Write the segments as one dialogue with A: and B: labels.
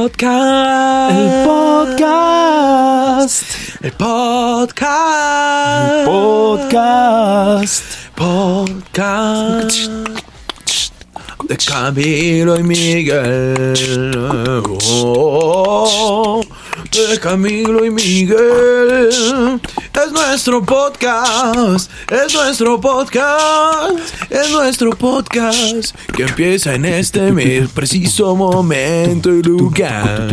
A: podcast.
B: El podcast.
A: El podcast.
B: Podcast.
A: Podcast. De Camilo y Miguel. Oh, de Camilo y Miguel. Es nuestro podcast. Es nuestro podcast. Es nuestro podcast. Que empieza en este mi- preciso momento y lugar.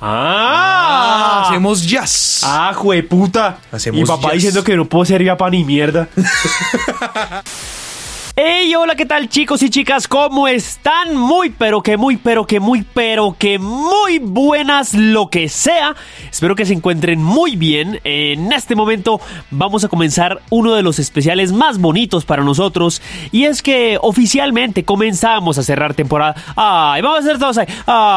B: ¡Ah!
A: Hacemos jazz.
B: ¡Ah, jueputa!
A: Hacemos
B: Mi papá
A: yes.
B: diciendo que no puedo servir para ni mierda. ¡Hey, hola, qué tal, chicos y chicas! ¿Cómo están? Muy, pero que muy, pero que muy, pero que muy buenas, lo que sea. Espero que se encuentren muy bien. En este momento vamos a comenzar uno de los especiales más bonitos para nosotros. Y es que oficialmente comenzamos a cerrar temporada. ¡Ay, vamos a hacer todos! ¡Ay!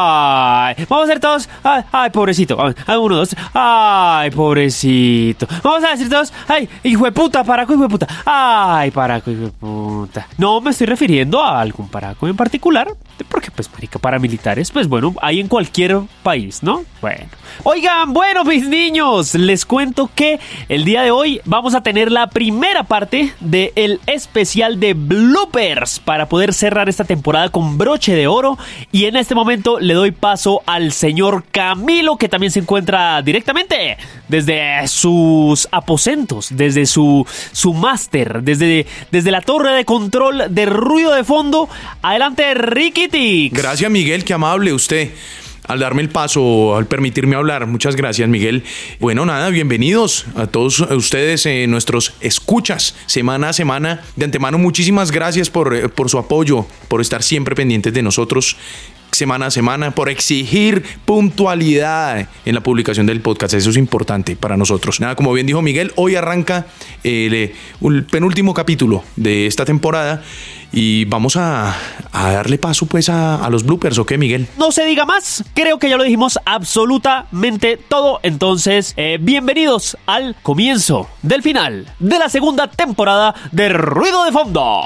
B: ay, vamos a hacer todos! ¡Ay, ay, pobrecito! Ay, ay, uno, dos. ¡Ay, pobrecito! Vamos a decir todos. ¡Ay, hijo de puta, paraco, hijo de puta! ¡Ay, paraco, hijo de puta! No me estoy refiriendo a algún paraco en particular, porque, pues, marica, paramilitares, pues bueno, hay en cualquier país, ¿no? Bueno. Oigan, bueno, mis niños, les cuento que el día de hoy vamos a tener la primera parte del especial de bloopers para poder cerrar esta temporada con broche de oro. Y en este momento le doy paso al señor Camilo, que también se encuentra directamente desde sus aposentos, desde su, su máster, desde, desde la torre de control de ruido de fondo. Adelante, Rikitix.
A: Gracias, Miguel, qué amable usted al darme el paso, al permitirme hablar. Muchas gracias, Miguel. Bueno, nada, bienvenidos a todos ustedes, eh, nuestros escuchas semana a semana. De antemano, muchísimas gracias por, eh, por su apoyo, por estar siempre pendientes de nosotros semana a semana, por exigir puntualidad en la publicación del podcast. Eso es importante para nosotros. Nada, como bien dijo Miguel, hoy arranca el, eh, un- el penúltimo capítulo de esta temporada y vamos a, a darle paso pues a, a los bloopers, ¿o qué, Miguel?
B: No se diga más, creo que ya lo dijimos absolutamente todo. Entonces, eh, bienvenidos al comienzo del final de la segunda temporada de Ruido de Fondo.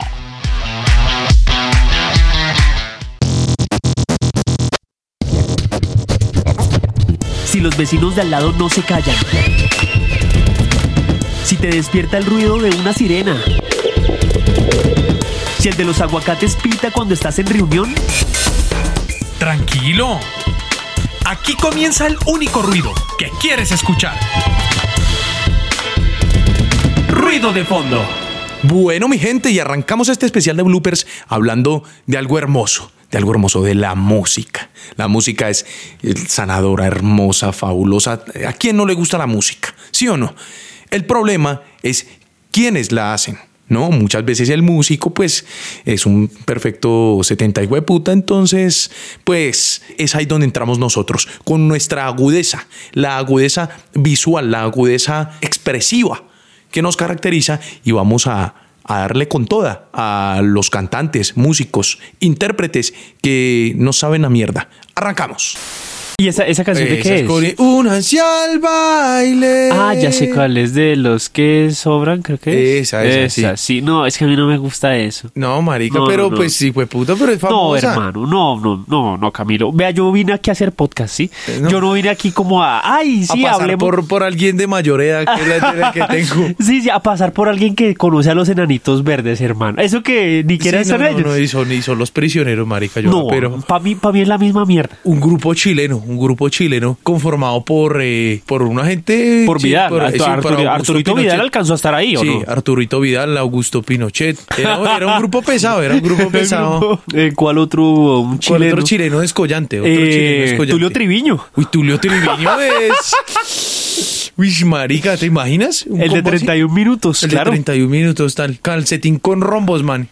B: Si los vecinos de al lado no se callan. Si te despierta el ruido de una sirena. Si el de los aguacates pita cuando estás en reunión.
C: Tranquilo. Aquí comienza el único ruido que quieres escuchar. Ruido de fondo.
A: Bueno, mi gente, y arrancamos este especial de bloopers hablando de algo hermoso, de algo hermoso, de la música. La música es eh, sanadora, hermosa, fabulosa. ¿A quién no le gusta la música? ¿Sí o no? El problema es quiénes la hacen. No, muchas veces el músico pues es un perfecto 70 y puta, entonces pues es ahí donde entramos nosotros con nuestra agudeza, la agudeza visual, la agudeza expresiva que nos caracteriza y vamos a, a darle con toda a los cantantes, músicos, intérpretes que no saben la mierda. Arrancamos.
B: ¿Y esa, Eh, esa canción
A: Eh,
B: de qué es?
A: Únanse al baile.
B: Ah, ya
A: Eh,
B: sé cuál es de los que sobran, creo que es.
A: Esa, esa, sí.
B: No, es que a mí no me gusta eso.
A: No, marica,
B: No,
A: pero
B: no, no.
A: pues sí, fue puta, pero es
B: No,
A: famosa.
B: hermano, no, no, no, no, Camilo. Vea, yo vine aquí a hacer podcast, ¿sí?
A: Eh, no.
B: Yo no vine aquí como a, ay,
A: a
B: sí,
A: pasar
B: hablemos.
A: por, por alguien de mayor edad, que es la edad que tengo.
B: Sí, sí, a pasar por alguien que conoce a los enanitos verdes, hermano. Eso que ni quieren
A: Sí, no,
B: ser
A: no,
B: ellos.
A: no, y son, y son los prisioneros, marica, yo
B: no,
A: pero...
B: para mí, pa' mí es la misma mierda.
A: un grupo chileno, un grupo chileno conformado por, eh, por una gente...
B: Por
A: sí,
B: Vidal,
A: por-
B: Artu-
A: sí, por
B: Arturi-
A: Augusto
B: Arturito
A: Pinochet.
B: Vidal alcanzó a estar ahí, ¿o
A: sí,
B: no?
A: Arturito Vidal, Augusto Pinochet. Era, era un grupo pesado, era un grupo pesado.
B: Eh, ¿Cuál otro? Un
A: ¿Cuál
B: chileno.
A: otro chileno descollante? Otro chileno
B: eh,
A: descollante.
B: Tulio Triviño.
A: Uy, Tulio Triviño es... Uy, marica, ¿te imaginas? Un
B: El de
A: combo así.
B: 31 minutos,
A: El
B: claro.
A: de 31 minutos, tal. Calcetín con rombos, man.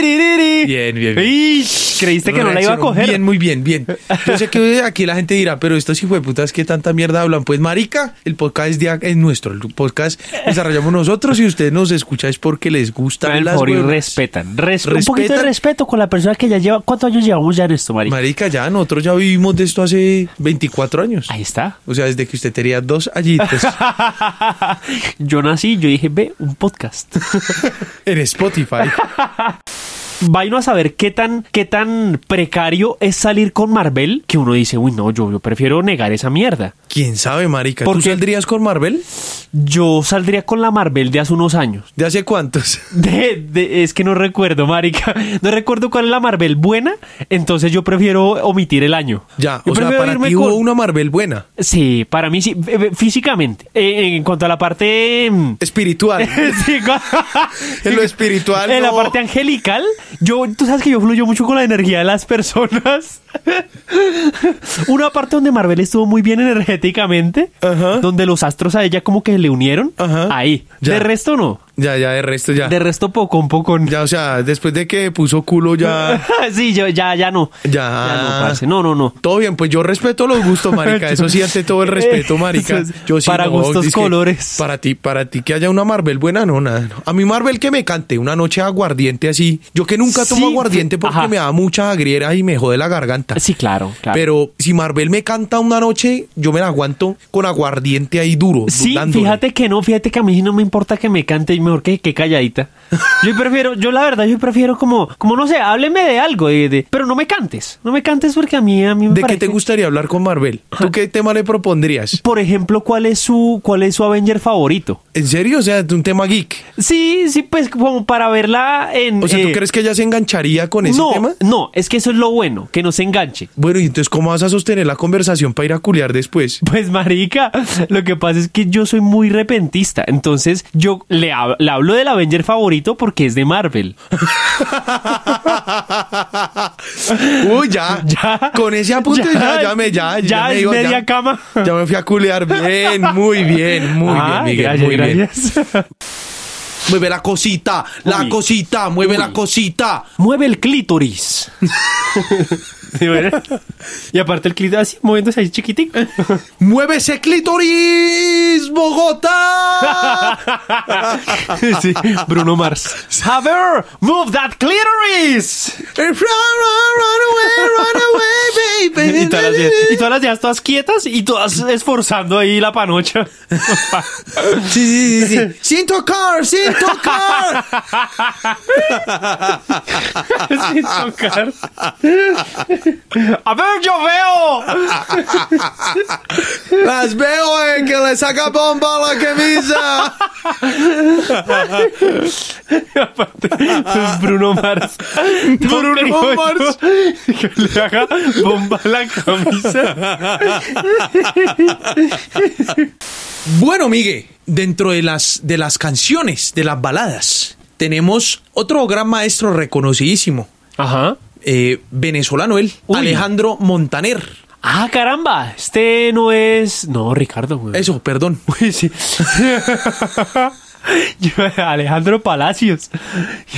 B: Tiririririri.
A: Bien, bien, bien.
B: Ish, Creíste que no la iba a
A: Reaccionó
B: coger.
A: Bien, muy bien, bien. Yo sé que aquí la gente dirá, pero estos putas que tanta mierda hablan. Pues, marica, el podcast es, de- es nuestro. El podcast desarrollamos nosotros y ustedes nos escuchan es porque les gusta
B: Por
A: las
B: favor, y
A: huevas.
B: respetan, res- Un
A: Respetan.
B: poquito de respeto con la persona que ya lleva. ¿Cuántos años llevamos ya en esto, Mari?
A: Marica, ya nosotros ya vivimos de esto hace 24 años.
B: Ahí está.
A: O sea, desde que usted tenía dos añitos
B: yo nací, yo dije, ve, un podcast.
A: en Spotify.
B: vaino a saber qué tan, qué tan precario es salir con Marvel que uno dice, uy, no, yo, yo prefiero negar esa mierda.
A: ¿Quién sabe, marica?
B: ¿Por
A: ¿Tú
B: qué?
A: saldrías con Marvel?
B: Yo saldría con la Marvel de hace unos años.
A: ¿De hace cuántos?
B: De, de- es que no recuerdo, marica. No recuerdo cuál es la Marvel buena, entonces yo prefiero omitir el año.
A: Ya,
B: Yo
A: o sea,
B: prefiero
A: para
B: irme
A: ti
B: con-
A: hubo una Marvel buena,
B: Sí, para mí sí, eh, eh, físicamente. Eh, en cuanto a la parte... mm,
A: espiritual.
B: sí, cu-
A: En lo espiritual,
B: En la
A: no.
B: parte angelical, yo, tú sabes que yo fluyo mucho con la energía de las personas. Una parte donde Marvel estuvo muy bien energéticamente,
A: Ajá.
B: donde los astros a ella como que le unieron,
A: Ajá.
B: ahí.
A: Ya.
B: De resto no.
A: ya, ya, de resto ya.
B: De resto poco, un poco. no.
A: Ya, o sea, después de que puso culo ya...
B: sí, yo ya, ya no.
A: Ya.
B: no, parce. No, no, no.
A: Todo bien, pues yo respeto los gustos, marica. Eso sí, ante todo el respeto, marica. Yo sí,
B: Para
A: no,
B: gustos,
A: dizque,
B: colores.
A: Para ti, para ti que haya una Marvel buena, no, nada. no. A mí Marvel que me cante una noche aguardiente así. Yo que nunca tomo
B: Sí,
A: aguardiente porque
B: ajá.
A: me da mucha agriera y me jode la garganta.
B: Sí, claro, claro.
A: Pero si Marvel me canta una noche, yo me la aguanto con aguardiente ahí duro.
B: Sí,
A: dándole.
B: fíjate que no, fíjate que a mí sí no me importa que me cante, mejor que, que calladita. Yo prefiero, yo la verdad, yo prefiero como, como no sé, hábleme de algo, de- de- pero no me cantes, no me cantes porque a mí, a mí me
A: ¿De qué
B: parece-
A: te gustaría hablar con Marvel? ¿Tú qué tema le propondrías?
B: Por ejemplo, ¿cuál es su, cuál es su Avenger favorito?
A: ¿En serio? O sea, de un tema geek.
B: Sí, sí, pues como para verla en...
A: O sea, ¿tú
B: eh,
A: crees que ella se engancharía con ese
B: no,
A: tema?
B: no, es que eso es lo bueno, que no se enganche.
A: Bueno, y entonces, ¿cómo vas a sostener la conversación para ir a culiar después?
B: Pues marica, lo que pasa es que yo soy muy repentista, entonces yo le, hab- le hablo del Avenger favorito porque es de Marvel.
A: Uy, ya,
B: Ya.
A: Con ese apunte ya, ya, me, ya,
B: Ya
A: me
B: es
A: digo,
B: media cama.
A: Ya me fui a culiar. Bien, muy bien, muy
B: Ah,
A: bien, Miguel,
B: gracias,
A: muy bien.
B: gracias.
A: Mueve la cosita, la
B: Uy.
A: cosita, mueve
B: Uy.
A: la cosita.
B: Mueve el clítoris. Sí, bueno. y aparte el clítoris así, moviéndose ahí chiquitico.
A: ¡Mueve ese clítoris, Bogotá!
B: Sí, Bruno Mars. Javier, move that clitoris.
A: run, run, run away, run away, baby.
B: Y todas, las días, y todas las días todas quietas y todas esforzando ahí la panocha.
A: Sí, sí, sí, sí. Sin tocar, sin tocar.
B: Sin tocar. A ver, yo veo.
A: Las veo eh, que le saca bomba a la camisa.
B: Aparte, pues, Bruno Mars.
A: Bruno
B: Creo yo
A: Mars.
B: Que le haga bomba a la camisa.
A: Bueno, Miguel, dentro de las, de las canciones, de las baladas, tenemos otro gran maestro reconocidísimo,
B: Ajá.
A: eh, venezolano él,
B: Uy.
A: Alejandro Montaner.
B: Ah, caramba. Este no es. No, Ricardo, güey.
A: Eso, perdón.
B: Uy, sí. Yo- Alejandro Palacios.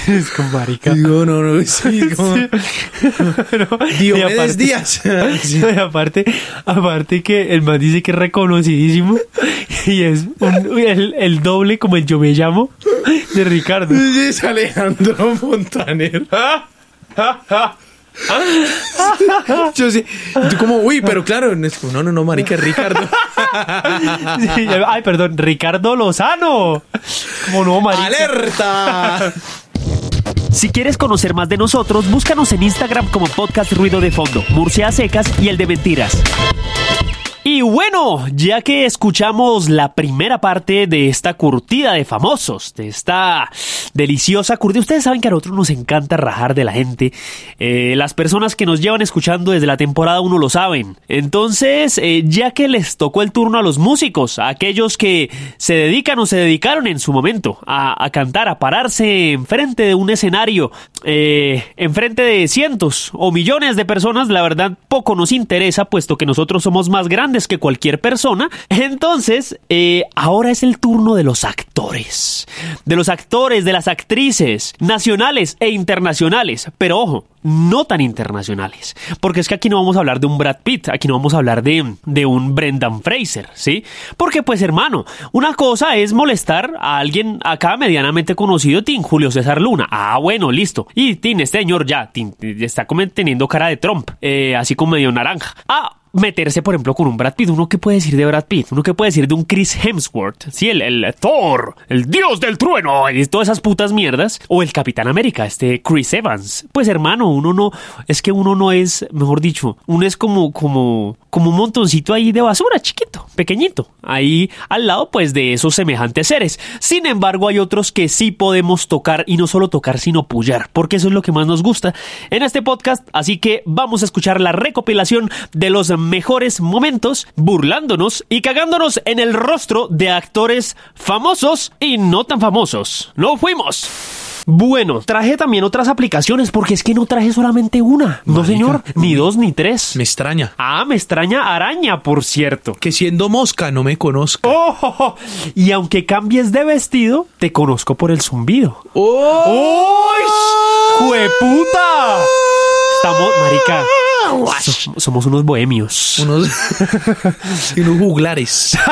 B: Es con marica.
A: Digo, no, no, sí, como-
B: Sí. No, y
A: Diomedes
B: aparte-
A: Díaz. Sí.
B: No, y aparte, aparte que el man dice que es reconocidísimo y es un- el, el doble como el yo me llamo de Ricardo.
A: Es Alejandro Montaner. Yo sí. Tú como, uy, pero claro, no, es como, no, no, no, marica, es Ricardo.
B: Sí, ay, perdón, Ricardo Lozano. Como no, marica.
A: ¡Alerta!
B: Si quieres conocer más de nosotros, búscanos en Instagram como Podcast Ruido de Fondo, Murcia a Secas y el de Mentiras. Y bueno, ya que escuchamos la primera parte de esta curtida de famosos, de esta deliciosa curtida, ustedes saben que a nosotros nos encanta rajar de la gente. Eh, las personas que nos llevan escuchando desde la temporada 1 lo saben. Entonces, eh, ya que les tocó el turno a los músicos, a aquellos que se dedican o se dedicaron en su momento a, a cantar, a pararse enfrente de un escenario, eh, enfrente de cientos o millones de personas, la verdad poco nos interesa, puesto que nosotros somos más grandes que cualquier persona. Entonces, eh, ahora es el turno de los actores, de los actores, de las actrices, nacionales e internacionales, pero ojo. No tan internacionales. Porque es que aquí no vamos a hablar de un Brad Pitt, aquí no vamos a hablar de, de un Brendan Fraser, ¿sí? Porque pues hermano, una cosa es molestar a alguien acá medianamente conocido, Tin Julio César Luna. Ah, bueno, listo. Y Tin, este señor ya, Tin, está como teniendo cara de Trump, eh, así como medio naranja. Ah, meterse, por ejemplo, con un Brad Pitt. ¿Uno qué puede decir de Brad Pitt? ¿Uno qué puede decir de un Chris Hemsworth? Sí, el, el Thor, el dios del trueno y todas esas putas mierdas. O el Capitán América, este Chris Evans. Pues hermano, uno no, es que uno no es, mejor dicho, uno es como, como, como un montoncito ahí de basura, chiquito, pequeñito. Ahí al lado, pues, de esos semejantes seres. Sin embargo, hay otros que sí podemos tocar y no solo tocar, sino pullar, porque eso es lo que más nos gusta en este podcast. Así que vamos a escuchar la recopilación de los mejores momentos, burlándonos y cagándonos en el rostro de actores famosos y no tan famosos. ¡No fuimos! Bueno, traje también otras aplicaciones porque es que no traje solamente una. No,
A: Marica,
B: señor, ni dos ni tres.
A: Me extraña.
B: Ah, me extraña araña, por cierto.
A: Que siendo mosca no me conozca.
B: ¡Oh! oh, oh! Y aunque cambies de vestido, te conozco por el zumbido. Oh.
A: Oh.
B: ¡Uy! ¡Jueputa! Estamos, marica. so- somos unos bohemios.
A: Unos, y unos juglares.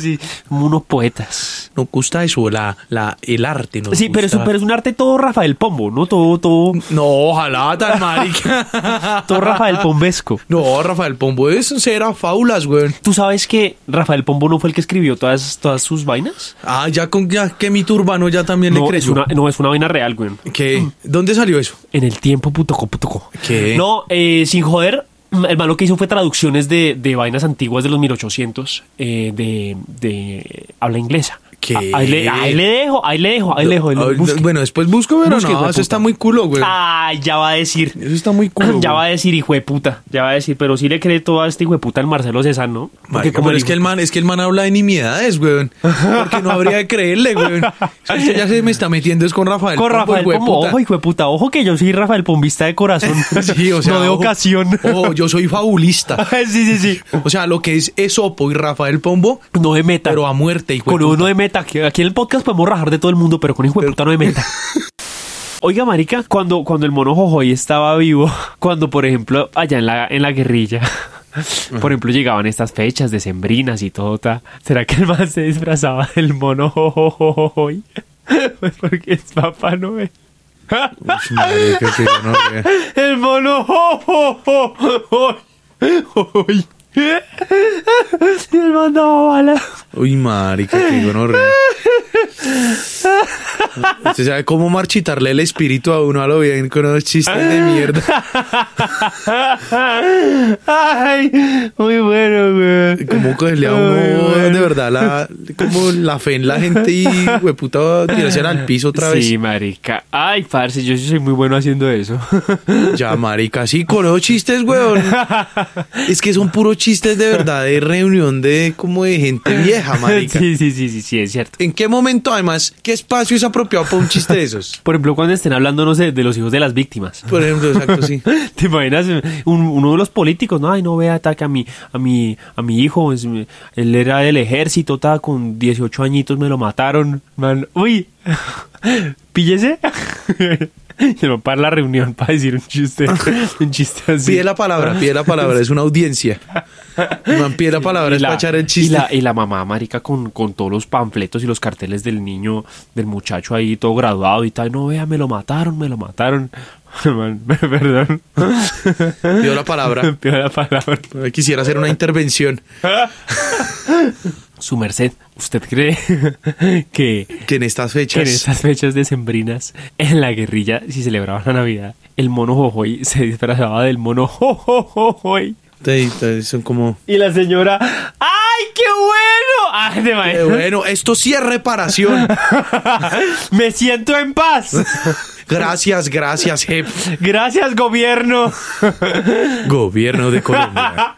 B: Sí, como unos poetas.
A: Nos gusta eso, la, la, el arte. Nos
B: Sí, pero es,
A: gusta.
B: pero es un arte todo Rafael Pombo, ¿no? Todo, todo,
A: No, ojalá tan marica.
B: todo Rafael Pombesco.
A: No, Rafael Pombo, eso será fábulas, güey.
B: ¿Tú sabes que Rafael Pombo no fue el que escribió todas, todas sus vainas?
A: Ah, ya con ya que mi turbano ya también le
B: No es,
A: creció.
B: una, no, es una vaina real, güey.
A: ¿Qué? ¿Dónde salió eso?
B: En el tiempo, putoco, putoco.
A: ¿Qué?
B: No, eh, sin joder, el malo que hizo fue traducciones de, de vainas antiguas de los 1800 eh, de, de habla inglesa.
A: ¿Qué?
B: Ah, Ahí le, ahí le dejo, ahí le dejo, ahí le dejo. ahí lo
A: Ah,
B: busque.
A: Bueno, después busco, pero
B: Busque,
A: no,
B: hijueputa.
A: eso está muy culo, güey.
B: Ay, ya va a decir.
A: Eso está muy culo.
B: Ah. Ya va a
A: güey.
B: decir, hijo de puta. Ya va a decir, pero sí le cree todo a este hijo de puta al Marcelo César, ¿no?
A: Marica, pero es que, el man, es que el man habla de nimiedades, güey. Porque no habría de creerle, güey. Es que usted ya se me está metiendo es con Rafael.
B: Con
A: Pombo,
B: Rafael Pombo,
A: hijueputa.
B: ojo, hijo de puta. Ojo que yo soy Rafael Pombista de corazón.
A: Sí, o sea,
B: No de
A: ojo.
B: ocasión.
A: Ojo, yo soy fabulista.
B: sí, sí, sí.
A: O sea, lo que es Esopo y Rafael Pombo,
B: No de meta.
A: pero a muerte, hijo de
B: Con
A: puta.
B: uno de meta. que Aquí en el podcast podemos rajar de todo el mundo, pero con hijo de puta no de meta. Oiga, marica, cuando, cuando el mono Jojoy estaba vivo, cuando, por ejemplo, allá en la, en la guerrilla, por ejemplo, llegaban estas fechas decembrinas y todo, ta, ¿será que el man se disfrazaba del mono Jojoy? Pues porque es Papá Noel.
A: Uy, marica, qué gonorrea.
B: El mono Jojoy. Y el man daba balas.
A: Uy, marica, qué gonorrea. Usted sabe cómo marchitarle el espíritu a uno a lo bien con unos chistes de mierda.
B: Ay, muy bueno, güey.
A: Cómo cogerle a uno
B: Ay, bueno.
A: de verdad la, como la fe en la gente y hueputa tirarse al piso otra vez.
B: Sí, marica. Ay, parce, yo sí soy muy bueno haciendo eso.
A: Ya, marica, sí, con esos chistes, weón. Es que son puros chistes de verdad, de reunión de como de gente vieja, Ah, marica.
B: Sí, sí, sí, sí, sí, es cierto.
A: ¿En qué momento, además, qué espacio es apropiado para un chiste de esos?
B: Por ejemplo, cuando estén hablando, no sé, de los hijos de las víctimas.
A: Por ejemplo, exacto, sí.
B: ¿Te imaginas un- uno de los políticos? No, ay, no vea, ataque a mi, a mi, a mi hijo. es mi- él era del ejército, estaba con 18 añitos, me lo mataron. Man, uy, píllese. Se va para la reunión para decir un chiste, un chiste así.
A: Pide la palabra, pide la palabra, es una audiencia. Man, pide la palabra, es para echar el chiste.
B: Y la, y la mamá, marica, con, con todos los panfletos y los carteles del niño, del muchacho ahí, todo graduado y tal. No, vea, me lo mataron, me lo mataron. Man, perdón.
A: Pidió la palabra.
B: Pido la palabra.
A: Quisiera hacer una intervención
B: Su merced, ¿usted cree que,
A: que en estas
B: que en
A: fechas.
B: estas fechas decembrinas, en la guerrilla, si celebraban la Navidad, el mono Jojoy se disfrazaba del mono Jojoy?
A: Sí, sí, Son como.
B: Y la señora, ¡ay, qué bueno! ¡Ay, de
A: Eh, bueno, esto sí es reparación.
B: ¡Me siento en paz!
A: Gracias, gracias, jefe.
B: ¡Gracias, gobierno!
A: Gobierno de Colombia.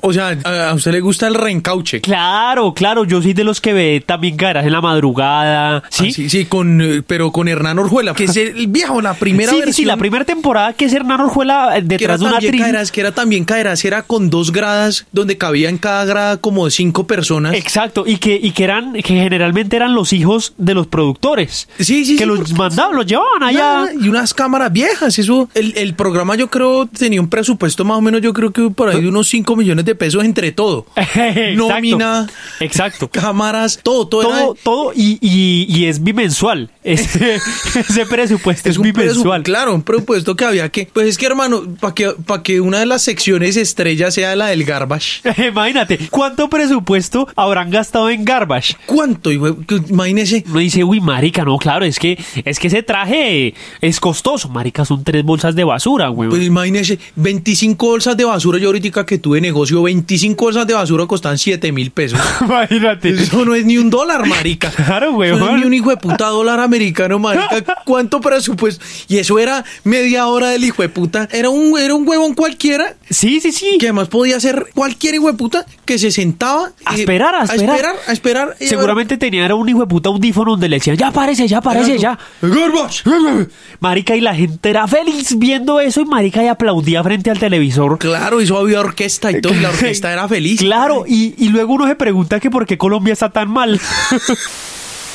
A: O sea, a a usted le gusta el reencauche.
B: Claro, claro, yo soy de los que ve también caras en la madrugada.
A: Ah,
B: ¿Sí?
A: sí, sí, con, eh, pero con Hernán Orjuela, que es el viejo, la primera
B: sí, sí,
A: versión.
B: sí, la primera temporada que es Hernán Orjuela eh,
A: que era
B: detrás de una
A: también
B: tribuna.
A: caderas, que era también caderas, era con dos gradas, donde cabían cada grada como cinco personas.
B: Exacto, y que, y que eran, que generalmente eran los hijos de los productores.
A: Sí, sí,
B: Que
A: sí,
B: los
A: porque-
B: mandaban, los llevaban allá.
A: Nada, Y unas cámaras viejas, eso. El, el programa yo creo tenía un presupuesto más o menos, yo creo que por ahí de unos 5 millones
D: de pesos entre todo.
B: Exacto.
D: Nómina,
B: Exacto.
D: cámaras, todo, todo. era-
B: Todo, todo y, y- y es bimensual. Ese, ese presupuesto es,
D: un
B: bimensual.
D: presupuesto, claro, un presupuesto que había que. Pues es que, hermano, para que, pa' que una de las secciones estrella sea la del garbage.
B: Imagínate, ¿cuánto presupuesto habrán gastado en garbage?
D: ¿Cuánto? hijo de- que- Imagínese.
B: Uno dice, uy, marica, no, claro, es que, es que ese traje es costoso, marica, son tres bolsas de basura, güey.
D: Pues imagínese, 25 bolsas de basura. Yo ahorita que tuve negocio, 25 bolsas de basura costan 7 mil pesos.
B: Imagínate.
A: pues,
D: Eso no es ni un dólar, marica.
B: Claro,
D: güey. No
B: huevón.
D: es ni un hijo de puta dólar americano, marica. ¿Cuánto presupuesto? Y eso era media hora del hijo de puta. Era un, era un huevón cualquiera
B: Sí, sí, sí.
D: que además podía ser cualquier hijo de puta que se sentaba eh,
B: A esperar, a esperar.
D: A esperar, a esperar. Y
B: Seguramente tenía era un hijo de puta audífono donde le decían, ya aparece, ya
D: era-
B: aparece, ya.
D: ¡Garbage!
B: Marica, y la gente era feliz viendo eso y marica, y aplaudía frente al televisor.
D: Claro, eso había orquesta y todo. Y la orquesta era feliz.
B: Claro, y, y luego uno se pregunta que por qué Colombia está tan mal.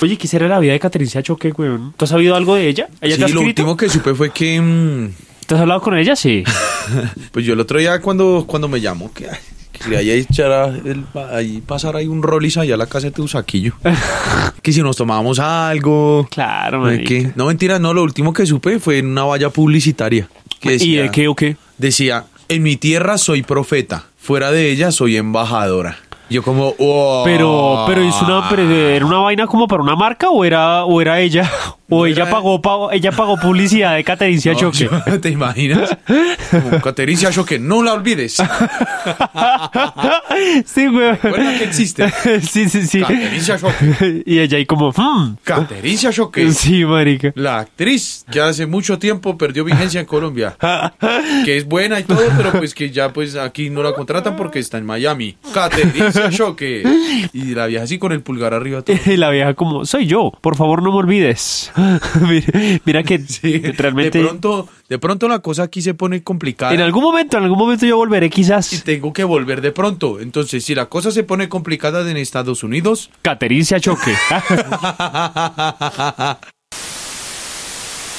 B: Oye, quisiera la vida de Caterina Choque, weón. ¿Tú has sabido algo de ella? ¿Ella
A: Sí,
B: te ha
A: lo
B: escrito?
A: último que supe fue que. mm,
B: ¿Te has hablado con ella? Sí.
A: Pues yo el otro día cuando, cuando me llamó, que, que le haya echara el- ahí pasar ahí un rolis allá a la casa de Teusaquillo. que si nos tomábamos algo.
B: Claro,
A: ¿De
B: marica.
A: qué? No, mentira, no, lo último que supe fue en una valla publicitaria. que
B: ¿Y de
A: decía-
B: qué o qué?
A: Decía, en mi tierra soy profeta, fuera de ella soy embajadora. Yo como, oh.
B: Pero, pero hizo una, pero
A: Ah.
B: era una vaina como para una marca o era, o era ella, o
A: No
B: ella
A: era-
B: pagó, pa- ella pagó publicidad de Catericia
A: No,
B: Choque.
A: yo- ¿Te imaginas? Como, Catericia Choque, no la olvides.
B: sí, güey.
A: Recuerda que existe.
B: sí, sí, sí.
A: Catericia Choque.
B: y ella ahí como, hmm.
A: Catericia Choque.
B: Sí, marica.
A: La actriz que hace mucho tiempo perdió vigencia en Colombia, que es buena y todo, pero pues que ya pues aquí no la contratan porque está en Miami. Catericia Choque. Y la vieja así con el pulgar arriba. todo.
B: Y la vieja como, soy yo, por favor no me olvides. mira, mira que
A: Sí,
B: realmente...
A: De pronto, de pronto la cosa aquí se pone complicada.
B: En algún momento, en algún momento yo volveré
A: Y
B: quizás.
A: tengo que volver de pronto. Entonces, si la cosa se pone complicada en Estados Unidos,
B: Catericia Choque.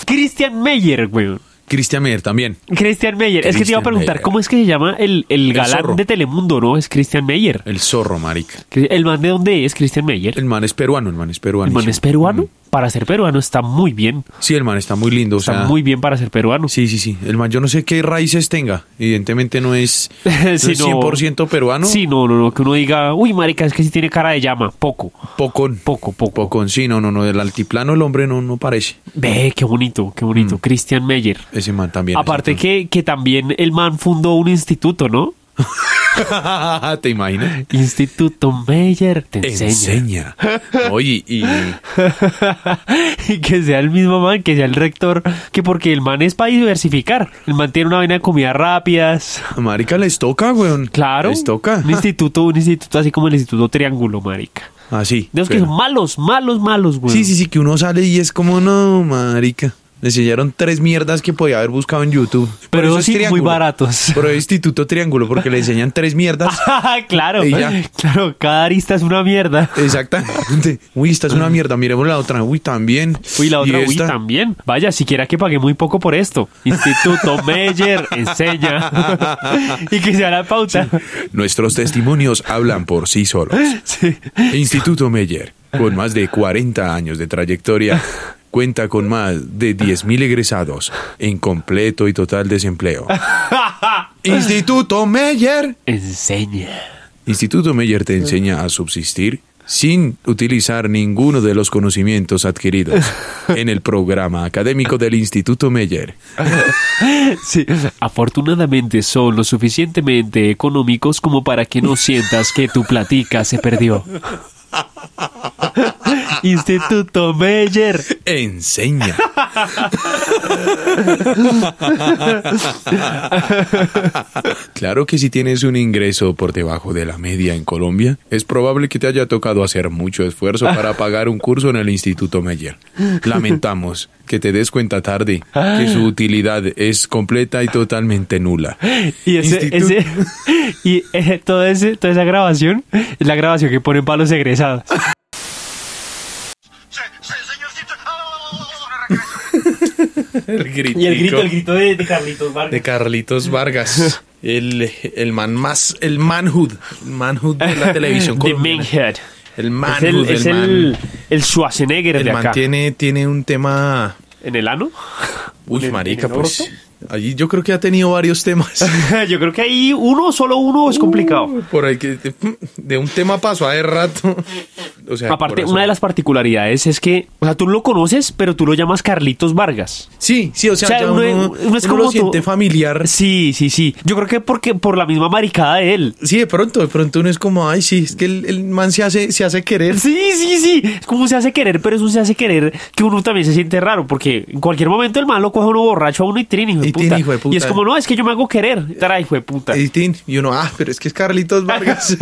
B: Christian Meyer, güey.
A: Cristian Meyer también.
B: Christian Meyer. Es que te iba a
A: Christian
B: preguntar,
A: Meyer.
B: ¿cómo es que se llama el, el galán
A: zorro.
B: de Telemundo, no? Es Christian Meyer.
A: El zorro, marica.
B: ¿El man de dónde es Christian Meyer?
A: El man es peruano, el man es peruano.
B: El man es peruano. Para ser peruano está muy bien.
A: Sí, el man está muy lindo. o
B: Está
A: sea,
B: muy bien para ser peruano.
A: Sí, sí, sí. El man, yo no sé qué raíces tenga. Evidentemente no es, no es
B: Si no-
A: 100% peruano.
B: Sí, no, no, no. Que uno diga, uy, marica, es que sí tiene cara de llama. Poco.
A: Pocón.
B: Poco, poco.
A: Pocón, sí, no, no, no. Del altiplano el hombre no, no parece.
B: Ve, qué bonito, qué
A: Mm.
B: bonito. Christian Meyer.
A: Ese man también.
B: Aparte que, que también el man fundó un instituto, ¿no?
A: que... ¿Te imaginas?
B: Instituto Meyer te enseña.
A: Enseña. Oye, y...
B: y que sea el mismo man, que sea el rector, que porque el man es para diversificar. El man tiene una vaina de comidas rápidas.
A: Marica, les toca, weón.
B: Claro.
A: Les toca.
B: Un instituto, un instituto así como el Instituto Triángulo, marica.
A: Así.
B: De los que
A: pero-
B: son malos, malos, malos, güey.
A: Sí, sí, sí, que uno sale y es como, no, marica. Me enseñaron tres mierdas que podía haber buscado en YouTube. Por
B: Pero
A: eso es
B: sí, muy
A: triángulo.
B: baratos.
A: Pero es Instituto Triángulo, porque le enseñan tres mierdas.
B: claro,
A: Y ya.
B: claro, cada arista es una mierda.
A: Exactamente. Uy, esta es una mierda. Miremos la otra. Uy, también.
B: Uy, la
A: Y
B: otra, uy,
A: esta.
B: también. Vaya, siquiera que pagué muy poco por esto. Instituto Meyer enseña. y que sea la pauta.
A: Nuestros testimonios hablan por sí solos.
B: Sí.
A: Instituto Meyer, con más de 40 años de trayectoria, cuenta con más de 10.000 egresados en completo y total desempleo. Instituto Meyer.
B: Enseña.
A: Instituto Meyer te enseña a subsistir sin utilizar ninguno de los conocimientos adquiridos en el programa académico del Instituto Meyer.
B: Sí. Afortunadamente son lo suficientemente económicos como para que no sientas que tu platica se perdió. Instituto Meyer.
A: Enseña. Claro que si tienes un ingreso por debajo de la media en Colombia, es probable que te haya tocado hacer mucho esfuerzo para pagar un curso en el Instituto Meyer. Lamentamos que te des cuenta tarde que su utilidad es completa y totalmente nula.
B: Y, ese,
A: Instituto-
B: ese- y eh, todo ese, toda esa grabación es la grabación que ponen para los egresados.
A: El gritico
B: grito de, Carlitos Vargas.
A: de Carlitos Vargas. el, el man más, el manhood, el manhood de la televisión
B: The
A: colombiana.
B: Manhead. Es
A: El
B: el,
A: manhood,
B: es
A: el,
B: el,
A: man,
B: el Schwarzenegger
A: el
B: de
A: man
B: acá.
A: tiene, tiene un tema,
B: ¿En el ano?
A: uy,
B: ¿En-
A: marica,
B: en el
A: pues,
B: orto?
A: ahí yo creo que ha tenido varios temas.
B: Yo creo que ahí uno, solo uno es complicado.
A: Por ahí que, de un tema pasó hace rato. O sea,
B: Aparte,
A: corazón.
B: una de las particularidades es que, o sea, tú lo conoces, pero tú lo llamas Carlitos Vargas.
A: Sí, sí, o sea,
B: O sea,
A: ya
B: uno-
A: uno,
B: uno es
A: uno
B: como
A: lo siente
B: tú-
A: familiar.
B: Sí, sí, sí. Yo creo que porque por la misma maricada de él.
A: Sí, de pronto, de pronto uno es como, ay, sí, es que el, el man se hace, se hace querer.
B: Sí, sí, sí. Es como un se hace querer, pero es un se hace querer que uno también se siente raro, porque en cualquier momento el man lo coge a uno borracho a uno y trini, hijo de
A: Y
B: puta.
A: trini, hijo de puta.
B: Y es como, no, es que yo me hago querer. Tara, hijo de puta.
A: Y tin, Y uno, ah, pero es que es Carlitos Vargas.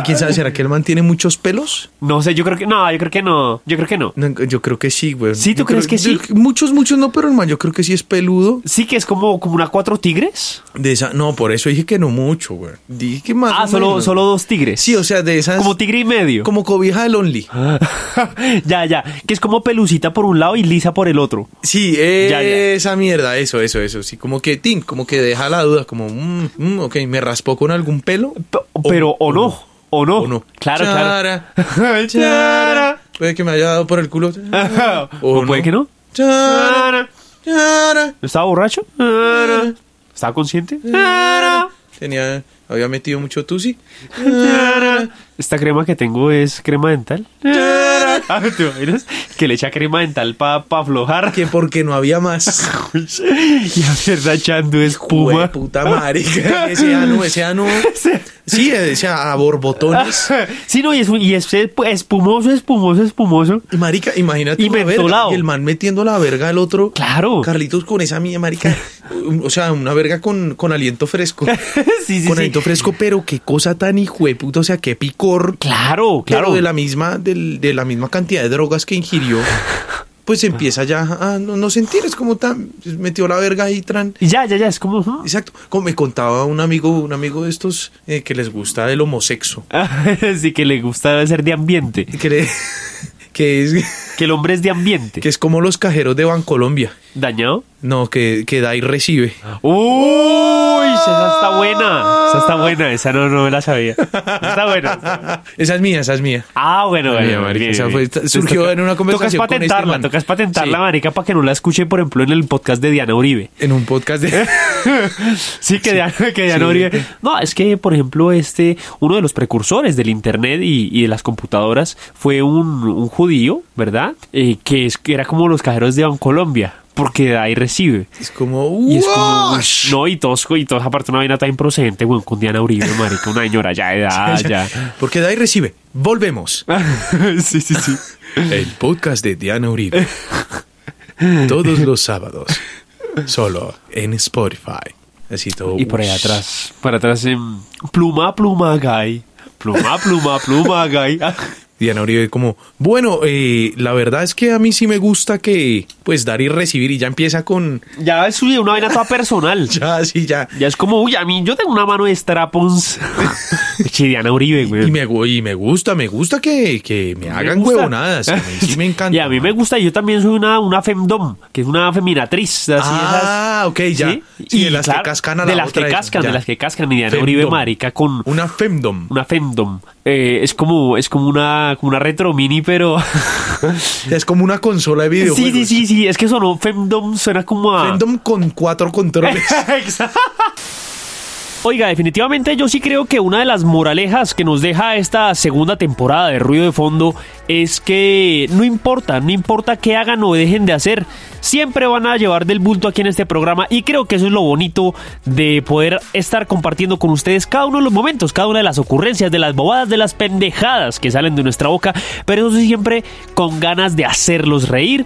A: ¿Y quién sabe, será que el man tiene muchos pelos?
B: No sé, yo creo que no, yo creo que no. Yo creo que no.
A: No, yo creo que sí, güey.
B: ¿Sí, tú
A: Yo creo-
B: crees que sí?
A: yo- Muchos, muchos no, pero el man yo creo que sí es peludo.
B: Sí que es como, como una cuatro tigres.
A: De esa, no, por eso dije que no mucho, güey. Dije que más.
B: Ah,
A: o
B: solo,
A: menos.
B: solo dos tigres.
A: Sí, o sea, de esas.
B: Como tigre y medio.
A: como cobija del Only.
B: ya, ya. Que es como pelucita por un lado y lisa por el otro.
A: Sí,
B: ya.
A: esa mierda, eso, eso, eso. Sí, como que, tin, como que deja la duda, como, mm, mm, ok, me raspó con algún pelo.
B: P- Pero o, no, o no.
A: O no.
B: Claro,
A: Chara,
B: claro.
A: chara. Puede que me haya dado por el culo.
B: Ajá. O puede que no.
A: Chara, chara,
B: ¿No ¿Estaba borracho? ¿Estaba consciente?
A: Tenía, había metido mucho tusi.
B: Esta crema que tengo es crema dental. Ah, ¿Te imaginas? Que le echa crema dental para aflojar.
A: Que porque no había más.
B: Y está echando
A: Güey,
B: espuma.
A: puta marica. Ese ano, ese ano. Sí, ese a
B: Ah.
A: borbotones.
B: Sí, no, y es, y es espumoso, espumoso, espumoso.
A: Y Marica, imagínate.
B: Y
A: una verga,
B: mentolado.
A: y el man metiendo la verga al otro.
B: Claro.
A: Carlitos con esa mía, marica. Um, O sea, una verga con, con aliento fresco.
B: Sí, sí,
A: con
B: sí.
A: aliento fresco, pero qué cosa tan hijo de puta. O sea, qué picor.
B: Claro,
A: Claro.
B: claro.
A: de la misma, del- de la misma cantidad de drogas que ingirió. Pues empieza ya a no, no sentir, es como tan. pues, Metió la verga ahí, tran.
B: Y ya, ya, ya, es como... ujú.
A: Exacto. Como me contaba un amigo, un amigo de estos eh, que les gusta el homosexo.
B: sí, que le gusta ser de ambiente.
A: Que, le- que es,
B: Que el hombre es de ambiente.
A: que es como los cajeros de Bancolombia.
B: ¿Dañado?
A: No, que, que da y recibe.
B: Ah. ¡Uy! Esa está buena. Esa está buena. Esa no, no me la sabía. Está buena. está buena.
A: Esa es mía, esa es mía.
B: Ah, bueno, bueno.
A: mía, marica,
B: bien,
A: esa
B: bien.
A: fue-
B: Entonces,
A: surgió en una conversación
B: Tocas
A: con este
B: patentarla,
A: man.
B: tocas patentarla,
A: Sí.
B: marica, para que no la escuchen, por ejemplo, en el podcast de Diana Uribe.
A: En un podcast de...
B: Sí, que Diana, que Diana Uribe. No, es que, por ejemplo, este, uno de los precursores del Internet y, y de las computadoras fue un, un judío, ¿verdad? Eh, que, es, que era como los cajeros de Bancolombia, porque da y recibe.
A: Es como...
B: Y es como, uy,
A: "Wash".
B: no, y tosco, y tos, aparte una vaina tan improcedente, weón, con Diana Uribe, marica, una señora ya de edad, ah, ya.
A: Porque da y recibe. Volvemos.
B: sí, sí, sí.
A: El podcast de Diana Uribe. Todos los sábados. Solo en Spotify. Así todo.
B: Y por ahí
A: "Wash".
B: atrás, para atrás, em, pluma, pluma, gay. Pluma, pluma, pluma, gay.
A: Diana Uribe como, bueno, eh, la verdad es que a mí sí me gusta que pues dar y recibir y ya empieza con,
B: ya es uy, una vaina toda personal.
A: ya, sí, ya.
B: Ya es como, uy, a mí yo tengo una mano de strapons. Che, Diana Uribe,
A: Y
B: güey.
A: me, gu- y me gusta, me gusta que, que me hagan
B: gusta.
A: huevonadas. A mí sí me encanta.
B: Y a mí me gusta, yo también soy una, una femdom, que es una feminatriz. Así
A: Ah,
B: esas-
A: ok, ya. Sí, de las que cascan a la
B: De las
A: otra
B: que
A: es-
B: cascan,
A: ya.
B: de las que cascan. Y Diana
A: Femdom.
B: Uribe, marica, con
A: Una femdom.
B: una femdom. Eh, es como, es como una, como una retro mini, pero.
A: Es como una consola de
B: sí,
A: videojuegos. Ah.
B: sí, sí, sí. Es que sonó femdom, suena como a.
A: Femdom con cuatro controles.
B: Exacto. Oiga, definitivamente yo sí creo que una de las moralejas que nos deja esta segunda temporada de Ruido de Fondo es que no importa, no importa qué hagan o dejen de hacer, siempre van a llevar del bulto aquí en este programa y creo que eso es lo bonito de poder estar compartiendo con ustedes cada uno de los momentos, cada una de las ocurrencias, de las bobadas, de las pendejadas que salen de nuestra boca, pero eso sí siempre con ganas de hacerlos reír.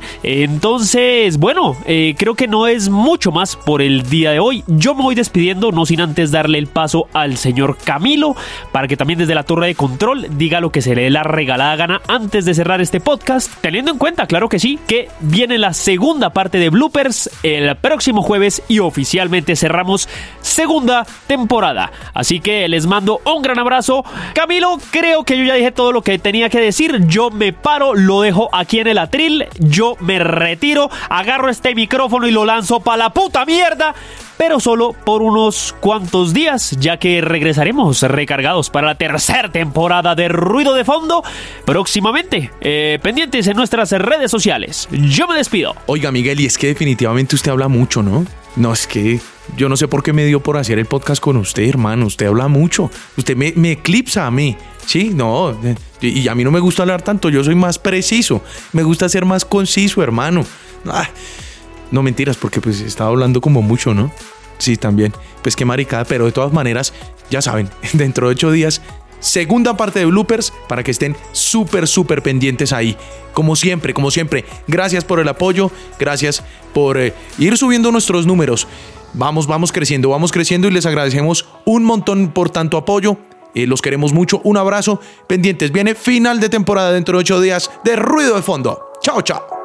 B: Entonces, bueno, eh, creo que no es mucho más por el día de hoy. Yo me voy despidiendo, no sin antes darle el paso al señor Camilo, para que también desde la torre de control diga lo que se le dé la regalada gana antes de cerrar este podcast, teniendo en cuenta, claro que sí, que viene la segunda parte de bloopers el próximo jueves y oficialmente cerramos segunda temporada. Así que les mando un gran abrazo. Camilo, creo que yo ya dije todo lo que tenía que decir. Yo me paro, lo dejo aquí en el atril, yo me retiro, agarro este micrófono y lo lanzo para la puta mierda. pero solo por unos cuantos días, ya que regresaremos recargados para la tercera temporada de Ruido de Fondo próximamente. Eh, pendientes en nuestras redes sociales. Yo me despido.
A: Oiga, Miguel, y es que definitivamente usted habla mucho, ¿no? No, es que yo no sé por qué me dio por hacer el podcast con usted, hermano. Usted habla mucho. Usted me, me eclipsa a mí. Sí, no. eh, Y y a mí no me gusta hablar tanto. Yo soy más preciso. Me gusta ser más conciso, hermano. Ah, no mentiras, porque pues estaba hablando como mucho, ¿no? Sí, también. Pues qué maricada, pero de todas maneras, ya saben, dentro de ocho días, segunda parte de bloopers para que estén súper, súper pendientes ahí. Como siempre, como siempre, gracias por el apoyo, gracias por eh, ir subiendo nuestros números. Vamos, vamos creciendo, vamos creciendo y les agradecemos un montón por tanto apoyo. Eh, los queremos mucho, un abrazo, pendientes. Viene final de temporada dentro de ocho días de Ruido de Fondo. Chao, chao.